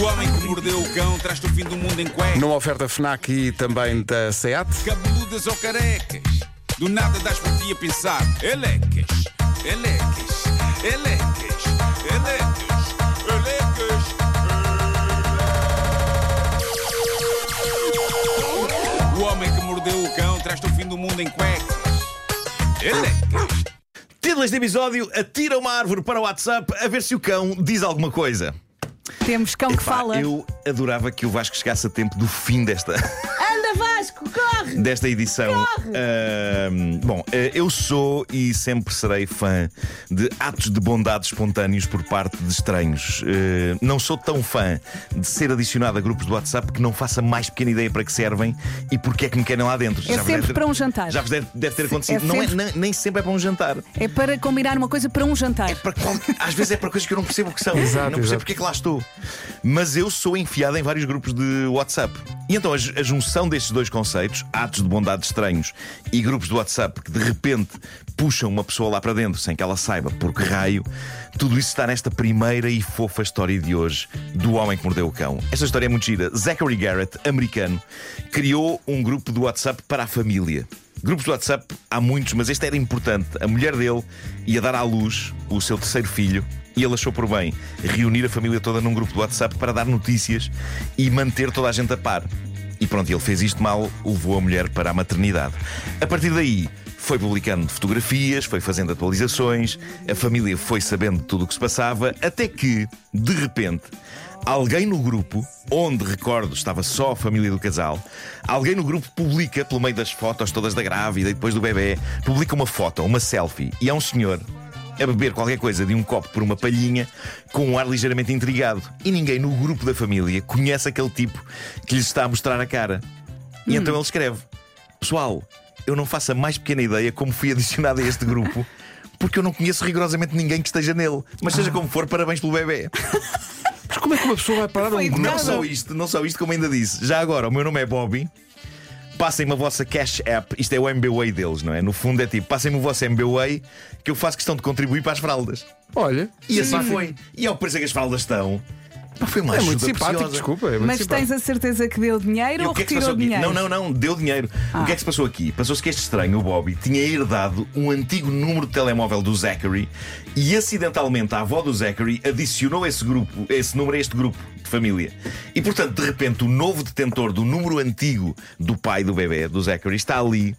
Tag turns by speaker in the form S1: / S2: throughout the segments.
S1: O homem que mordeu o cão traz-te o fim do mundo em cueca.
S2: Numa oferta FNAC e também da SEAT.
S1: Cabeludas ou carecas. Do nada das por ti a pensar. Elecas, elecas, elecas, elecas, elecas. O homem que mordeu o cão traz-te o fim do mundo em cuecas. Elecas.
S3: Título deste episódio: Atira uma árvore para o WhatsApp a ver se o cão diz alguma coisa.
S4: Temos cão que
S3: Epá,
S4: fala.
S3: Eu adorava que o Vasco chegasse a tempo do fim desta,
S5: Anda Vasco, corre!
S3: desta edição. Ahm, bom, eh, eu sou e sempre serei fã de atos de bondade espontâneos por parte de estranhos. Eh, não sou tão fã de ser adicionado a grupos do WhatsApp que não faça mais pequena ideia para que servem e porque é que me querem lá dentro. vos
S4: É sempre
S3: deve ter-
S4: para um jantar.
S3: Já vos deve, deve ter acontecido. Não é-
S4: sempre-
S3: nem- nem sempre é para um jantar.
S4: É para combinar uma coisa para um jantar.
S3: para qual- às vezes é para coisas que eu não percebo o que são.
S2: Exato,
S3: não percebo
S2: exato.
S3: porque é que lá estou. Mas eu sou enfiado em vários grupos de WhatsApp. E então a, ju- a junção destes dois conceitos, atos de bondade estranhos e grupos de WhatsApp que de repente puxam uma pessoa lá para dentro sem que ela saiba por que raio, tudo isso está nesta primeira e fofa história de hoje do homem que mordeu o cão. Esta história é muito gira. Zachary Garrett, americano, criou um grupo do WhatsApp para a família. Grupos de WhatsApp há muitos, mas este era importante. A mulher dele ia dar à luz o seu terceiro filho e ele achou por bem reunir a família toda num grupo de WhatsApp para dar notícias e manter toda a gente a par. E pronto, ele fez isto mal, levou a mulher para a maternidade. A partir daí, foi publicando fotografias, foi fazendo atualizações, a família foi sabendo de tudo o que se passava, até que, de repente, Alguém no grupo, onde recordo estava só a família do casal, alguém no grupo publica, pelo meio das fotos todas da grávida e depois do bebê, publica uma foto, uma selfie, e há um senhor a beber qualquer coisa de um copo por uma palhinha, com um ar ligeiramente intrigado. E ninguém no grupo da família conhece aquele tipo que lhes está a mostrar a cara. E então ele escreve: Pessoal, eu não faço a mais pequena ideia como fui adicionado a este grupo. Porque eu não conheço rigorosamente ninguém que esteja nele. Mas seja como for, parabéns pelo bebê.
S2: Mas como é que uma pessoa vai parar um grupo?
S3: Não só isto, não só isto, como ainda disse. Já agora, o meu nome é Bobby. Passem-me a vossa Cash App. Isto é o MBWay deles, não é? No fundo é tipo, passem-me o vosso MBWay que eu faço questão de contribuir para as fraldas.
S2: Olha,
S3: E assim foi. E ao preço a que as fraldas estão. Pá, foi uma
S2: é
S3: ajuda
S2: muito simpático,
S3: preciosa.
S2: desculpa. É muito
S4: Mas
S2: simpático.
S4: tens a certeza que deu dinheiro
S3: E
S4: ou
S3: o que é que se
S4: retirou
S3: passou aqui?
S4: dinheiro?
S3: Não, não, não, deu dinheiro. O que é que se passou aqui? Passou-se que este estranho, o Bobby, tinha herdado um antigo número de telemóvel do Zachary e acidentalmente a avó do Zachary adicionou esse grupo, esse número a este grupo de família. E portanto, de repente, o novo detentor do número antigo do pai do bebê, do Zachary, está ali.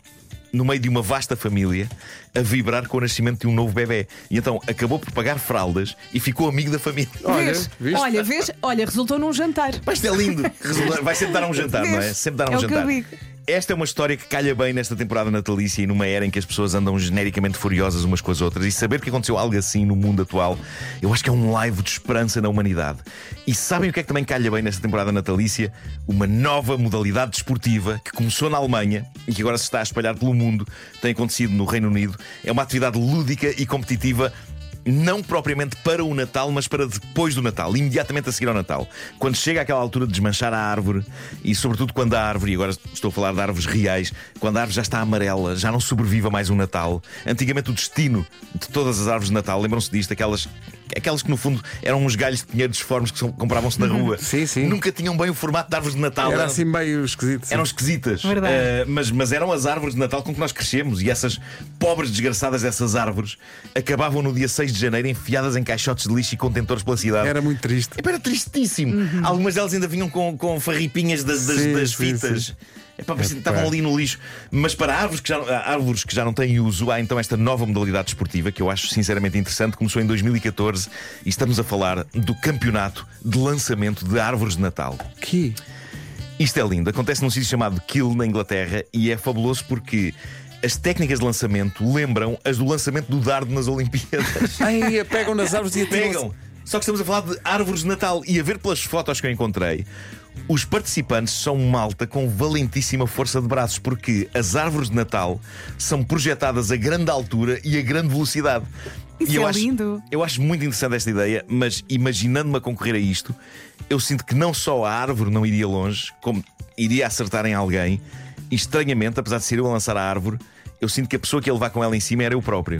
S3: No meio de uma vasta família, a vibrar com o nascimento de um novo bebê. E então acabou por pagar fraldas e ficou amigo da família.
S2: Olha,
S4: Vês?
S2: viste?
S4: Olha, vês? Olha, resultou num jantar.
S3: Pá, isto é lindo. Resulta- Vai sempre dar a um jantar, não é?
S4: Vês?
S3: Sempre dar a um
S4: É o que eu
S3: jantar.
S4: digo.
S3: Esta é uma história que calha bem nesta temporada natalícia e numa era em que as pessoas andam genericamente furiosas umas com as outras. E saber que aconteceu algo assim no mundo atual, eu acho que é um live de esperança na humanidade. E sabem o que é que também calha bem nesta temporada natalícia? Uma nova modalidade desportiva que começou na Alemanha e que agora se está a espalhar pelo mundo, tem acontecido no Reino Unido. É uma atividade lúdica e competitiva não propriamente para o Natal, mas para depois do Natal, imediatamente a seguir ao Natal. Quando chega aquela altura de desmanchar a árvore, e sobretudo quando a árvore, e agora estou a falar de árvores reais, quando a árvore já está amarela, já não sobrevive a mais um Natal. Antigamente o destino de todas as árvores de Natal, lembram-se disto, aquelas, aquelas que no fundo eram uns galhos de pinheiro disformes que são- compravam-se na rua.
S2: Uhum. Sim, sim.
S3: Nunca tinham bem o formato de árvores de Natal. né?
S2: Era
S3: Eram-
S2: assim meio esquisito. sim.
S3: eram esquisitas.
S4: Verdade.
S3: Eh, mas, mas eram as árvores de Natal com que nós crescemos. E essas pobres desgraçadas dessas árvores acabavam no dia 6 de janeiro enfiadas em caixotes de lixo e contentores pela cidade.
S2: Era muito triste.
S4: É
S3: Epá, Era tristíssimo. Algumas delas ainda vinham com, com farripinhas das, das,
S2: Sim,
S3: das
S2: sim,
S3: fitas.
S2: sim.
S3: Epá, parecia que estavam ali no lixo. Mas para árvores que, já, não- ah, árvores que já não têm uso, há então esta nova modalidade desportiva que eu acho sinceramente interessante. Começou em 2014 e estamos a falar do campeonato de lançamento de árvores de Natal.
S2: Que?
S3: Isto é lindo. Acontece num sítio chamado Kill, na Inglaterra, e é fabuloso porque as técnicas de lançamento lembram as do lançamento do dardo nas Olimpíadas.
S2: Ai, eh, pegam nas árvores e atiram-se.
S3: Pegam! Só que estamos a falar de árvores de Natal e a ver pelas fotos que eu encontrei, os participantes são malta com valentíssima força de braços, porque as árvores de Natal são projetadas a grande altura e a grande velocidade.
S4: Isso
S3: e eu
S4: é
S3: acho,
S4: lindo.
S3: eu acho muito interessante esta ideia, mas imaginando-me a concorrer a isto, eu sinto que não só a árvore não iria longe, como iria acertar em alguém, e estranhamente, apesar de ser eu a lançar a árvore, eu sinto que a pessoa que ia levar com ela em cima era eu próprio.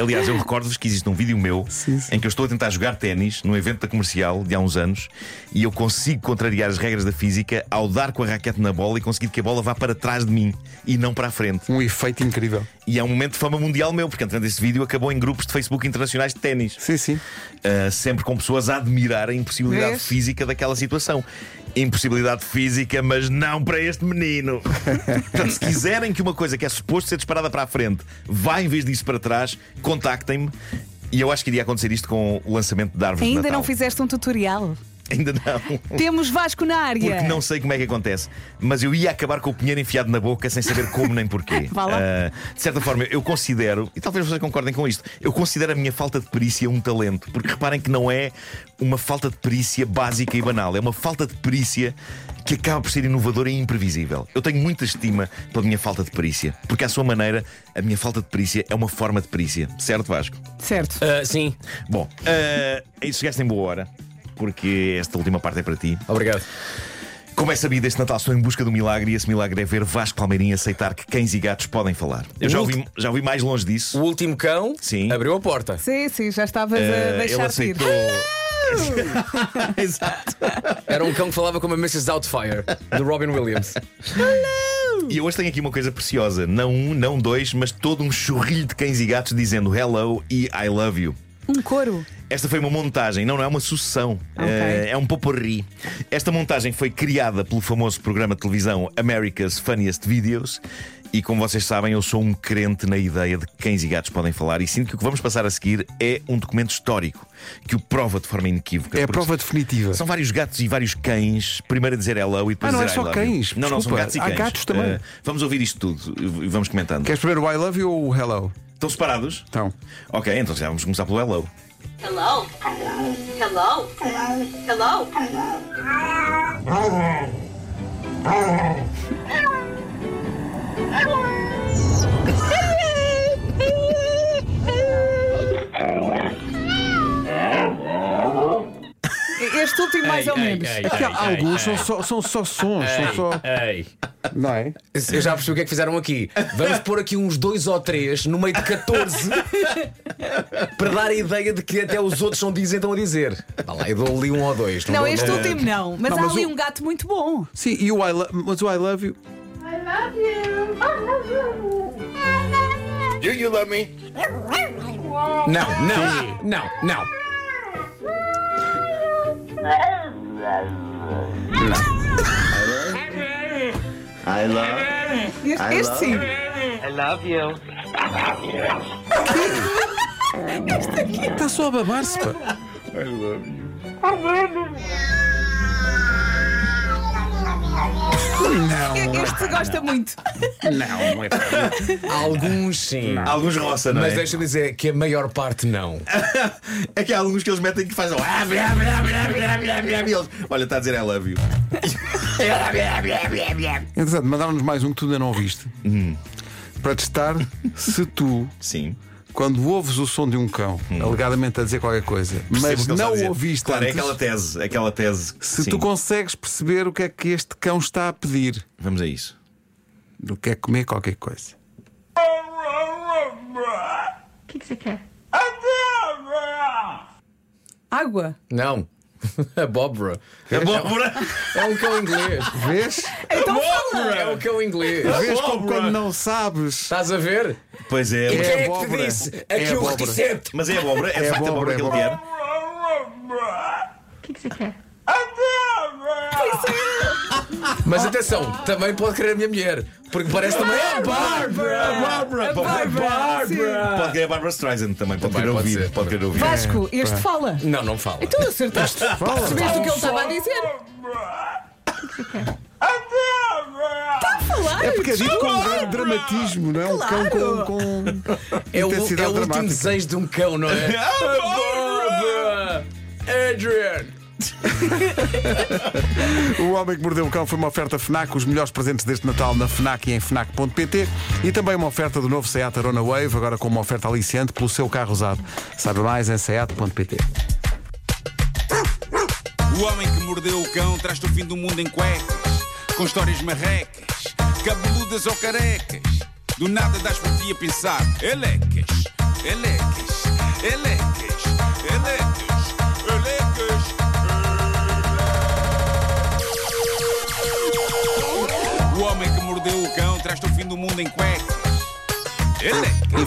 S3: Aliás, eu recordo-vos que existe um vídeo meu
S2: Sim, sim.
S3: em que eu estou a tentar jogar ténis num evento da comercial de há uns anos e eu consigo contrariar as regras da física ao dar com a raquete na bola e conseguir que a bola vá para trás de mim e não para a frente.
S2: Um efeito incrível.
S3: E é um momento de fama mundial meu, porque entretanto esse vídeo acabou em grupos de Facebook internacionais de ténis.
S2: Sim, sim.
S3: Uh, sempre com pessoas a admirar a impossibilidade
S4: Vês?
S3: física daquela situação. Impossibilidade física, mas não para este menino. Portanto, se quiserem que uma coisa que é suposto ser disparada para a frente vá em vez disso para trás, contactem-me. E eu acho que iria acontecer isto com o lançamento de árvores
S4: Ainda
S3: de Natal.
S4: não fizeste um tutorial.
S3: Ainda não.
S4: Temos Vasco na área.
S3: Porque não sei como é que acontece. Mas eu ia acabar com o pinheiro enfiado na boca sem saber como nem porquê.
S4: Vá lá.
S3: Ah, de certa forma, eu considero, e talvez vocês concordem com isto, eu considero a minha falta de perícia um talento. Porque reparem que não é uma falta de perícia básica e banal. É uma falta de perícia que acaba por ser inovadora e imprevisível. Eu tenho muita estima pela minha falta de perícia. Porque, à sua maneira, a minha falta de perícia é uma forma de perícia. Certo, Vasco?
S4: Certo.
S6: Ah, sim,
S3: Bom, ah, isso chegaste em boa hora. Porque esta última parte é para ti.
S6: obrigado.
S3: Como é sabido, este Natal estou em busca do milagre e esse milagre é ver Vasco Palmeirinho aceitar que cães e gatos podem falar. Eu já ouvi, já ouvi mais longe
S6: O
S3: disso.
S6: último cão
S3: Sim.
S6: abriu a porta.
S4: Sim, sim, já estavas a
S3: Eh, ele
S4: deixar-te ir.
S3: aceitou. Exato.
S6: Era um cão que falava como a Mrs. Doubtfire, de Robin Williams.
S3: E eu hoje tenho aqui uma coisa preciosa. Não um, não dois, mas todo um chorrilho de cães e gatos dizendo hello e I love you.
S4: Um coro.
S3: Esta foi uma montagem, não, não é uma sucessão.
S4: Ok.
S3: Eh, É um poporri. Esta montagem foi criada pelo famoso programa de televisão America's Funniest Videos. E como vocês sabem, eu sou um crente na ideia de que cães e gatos podem falar. E sinto que o que vamos passar a seguir é um documento histórico que o prova de forma inequívoca.
S2: É a
S3: Porque
S2: prova definitiva.
S3: São vários gatos e vários cães. Primeiro a dizer hello e
S2: Ah,
S3: depois
S2: não
S3: a
S2: é
S3: dizer
S2: só
S3: I love you.
S2: cães,
S3: Não, não, são
S2: desculpa.
S3: gatos e
S2: Há
S3: cães.
S2: gatos também.
S3: Eh, vamos ouvir isto tudo e vamos comentando.
S2: Queres primeiro o I love you ou o hello?
S3: Estão separados?
S2: Então.
S3: Ok, então já vamos começar pelo hello.
S5: Hello. Hello. Hello.
S4: Este último, mais
S6: Ei,
S4: ou
S6: ei,
S4: menos.
S6: ei,
S2: É que
S6: ei,
S2: há alguns
S6: ei,
S2: são só, são só sons, são só.
S6: ei.
S2: Não é?
S6: Eu já percebi o que é que fizeram aqui. Vamos pôr aqui uns dois ou três no meio de 14 para dar a ideia de que até os outros não dizem, estão a dizer. Vá lá, eu dou ali um ou dois.
S4: Não,
S6: dou-
S4: este
S3: Eh,
S6: não-
S4: último não. Mas
S2: Não,
S4: há
S2: mas
S4: ali
S2: o-
S4: um gato muito bom.
S2: Sim, e o I love, mas o I love you.
S5: I love you. I love you.
S3: Do you love me?
S4: é
S6: Não, não, não, não.
S4: Este, este sim.
S2: Está só a babar-se, pá.
S4: Este gosta muito.
S2: Não, é
S6: Alguns sim.
S3: Alguns roça, não é?
S6: Mas deixa-me dizer que a maior parte não.
S3: É que há alguns que eles metem que fazem. "Ah, "Abre, abre, abre, abre, abre, abre", e eles, Olha, está a dizer I love you.
S2: Entretanto, mandaram-nos mais um que tu ainda não ouviste. Para testar se tu,
S3: Sim.
S2: quando ouves o som de um cão, alegadamente a dizer qualquer coisa,
S3: Hum. percebo o
S2: mas
S3: que ele está a
S2: não
S3: dizer.
S2: ouviste
S3: Claro,
S2: antes,
S3: é aquela tese. Aquela tese.
S2: se
S3: Sim.
S2: tu consegues perceber o que é que este cão está a pedir,
S3: Vamos a isso.
S2: do que é comer qualquer coisa.
S5: O que que você quer?
S4: Água.
S6: Não. A Bobra.
S3: Abóbora!
S6: É um cão inglês.
S2: Vês?
S4: Então
S6: É
S4: fala.
S6: um cão inglês.
S2: Vês como quando não sabes.
S6: Estás a ver?
S3: Pois é,
S6: Quem
S3: mas,
S6: é que te
S2: abóbora.
S6: disse?
S2: É
S6: Aquilo
S2: abóbora.
S6: reticente.
S3: mas é abóbora, é de
S2: É
S3: facto a
S2: abóbora,
S3: abóbora que
S2: é
S3: ele quer.
S5: O que que você quer?
S6: Mas atenção, também pode querer a minha mulher. Porque parece
S4: É
S6: também é a Barbara.
S3: A Bárbara!
S4: Bárbara,
S3: Pode-
S4: sim.
S3: Pode querer a Bárbara Streisand também, pode
S6: Também
S3: querer
S6: pode
S3: ouvir.
S6: ser,
S3: Pode querer ouvir.
S4: Vasco,
S2: É,
S4: este fala.
S6: Não, não fala.
S2: Então,
S4: Tu acertaste. Percebeste o que ele estava a dizer? Está a falar.
S2: É porque é dito com um
S4: Claro.
S2: grande dramatismo, não é? Um cão
S4: Claro.
S2: com. um- com...
S6: É o,
S2: Intensidade
S6: é o último
S2: dramática.
S6: desejo de um cão, não é?
S3: A
S6: Barbara! Adrian!
S2: O Homem que Mordeu o Cão foi uma oferta FNAC, os melhores presentes deste Natal na FNAC e em FNAC.pt e também uma oferta do novo Seat Arona Wave, agora com uma oferta aliciante pelo seu carro usado. Saiba mais em Seat.pt.
S1: O homem que mordeu o cão traz-te o fim do mundo em cuecas, com histórias marrecas, cabeludas ou carecas. Do nada das por ti a pensar, elecas, Eleques, eleques, eleques, eleques. O homem que mordeu o cão traz-te o fim do mundo em cuecas. Eleques.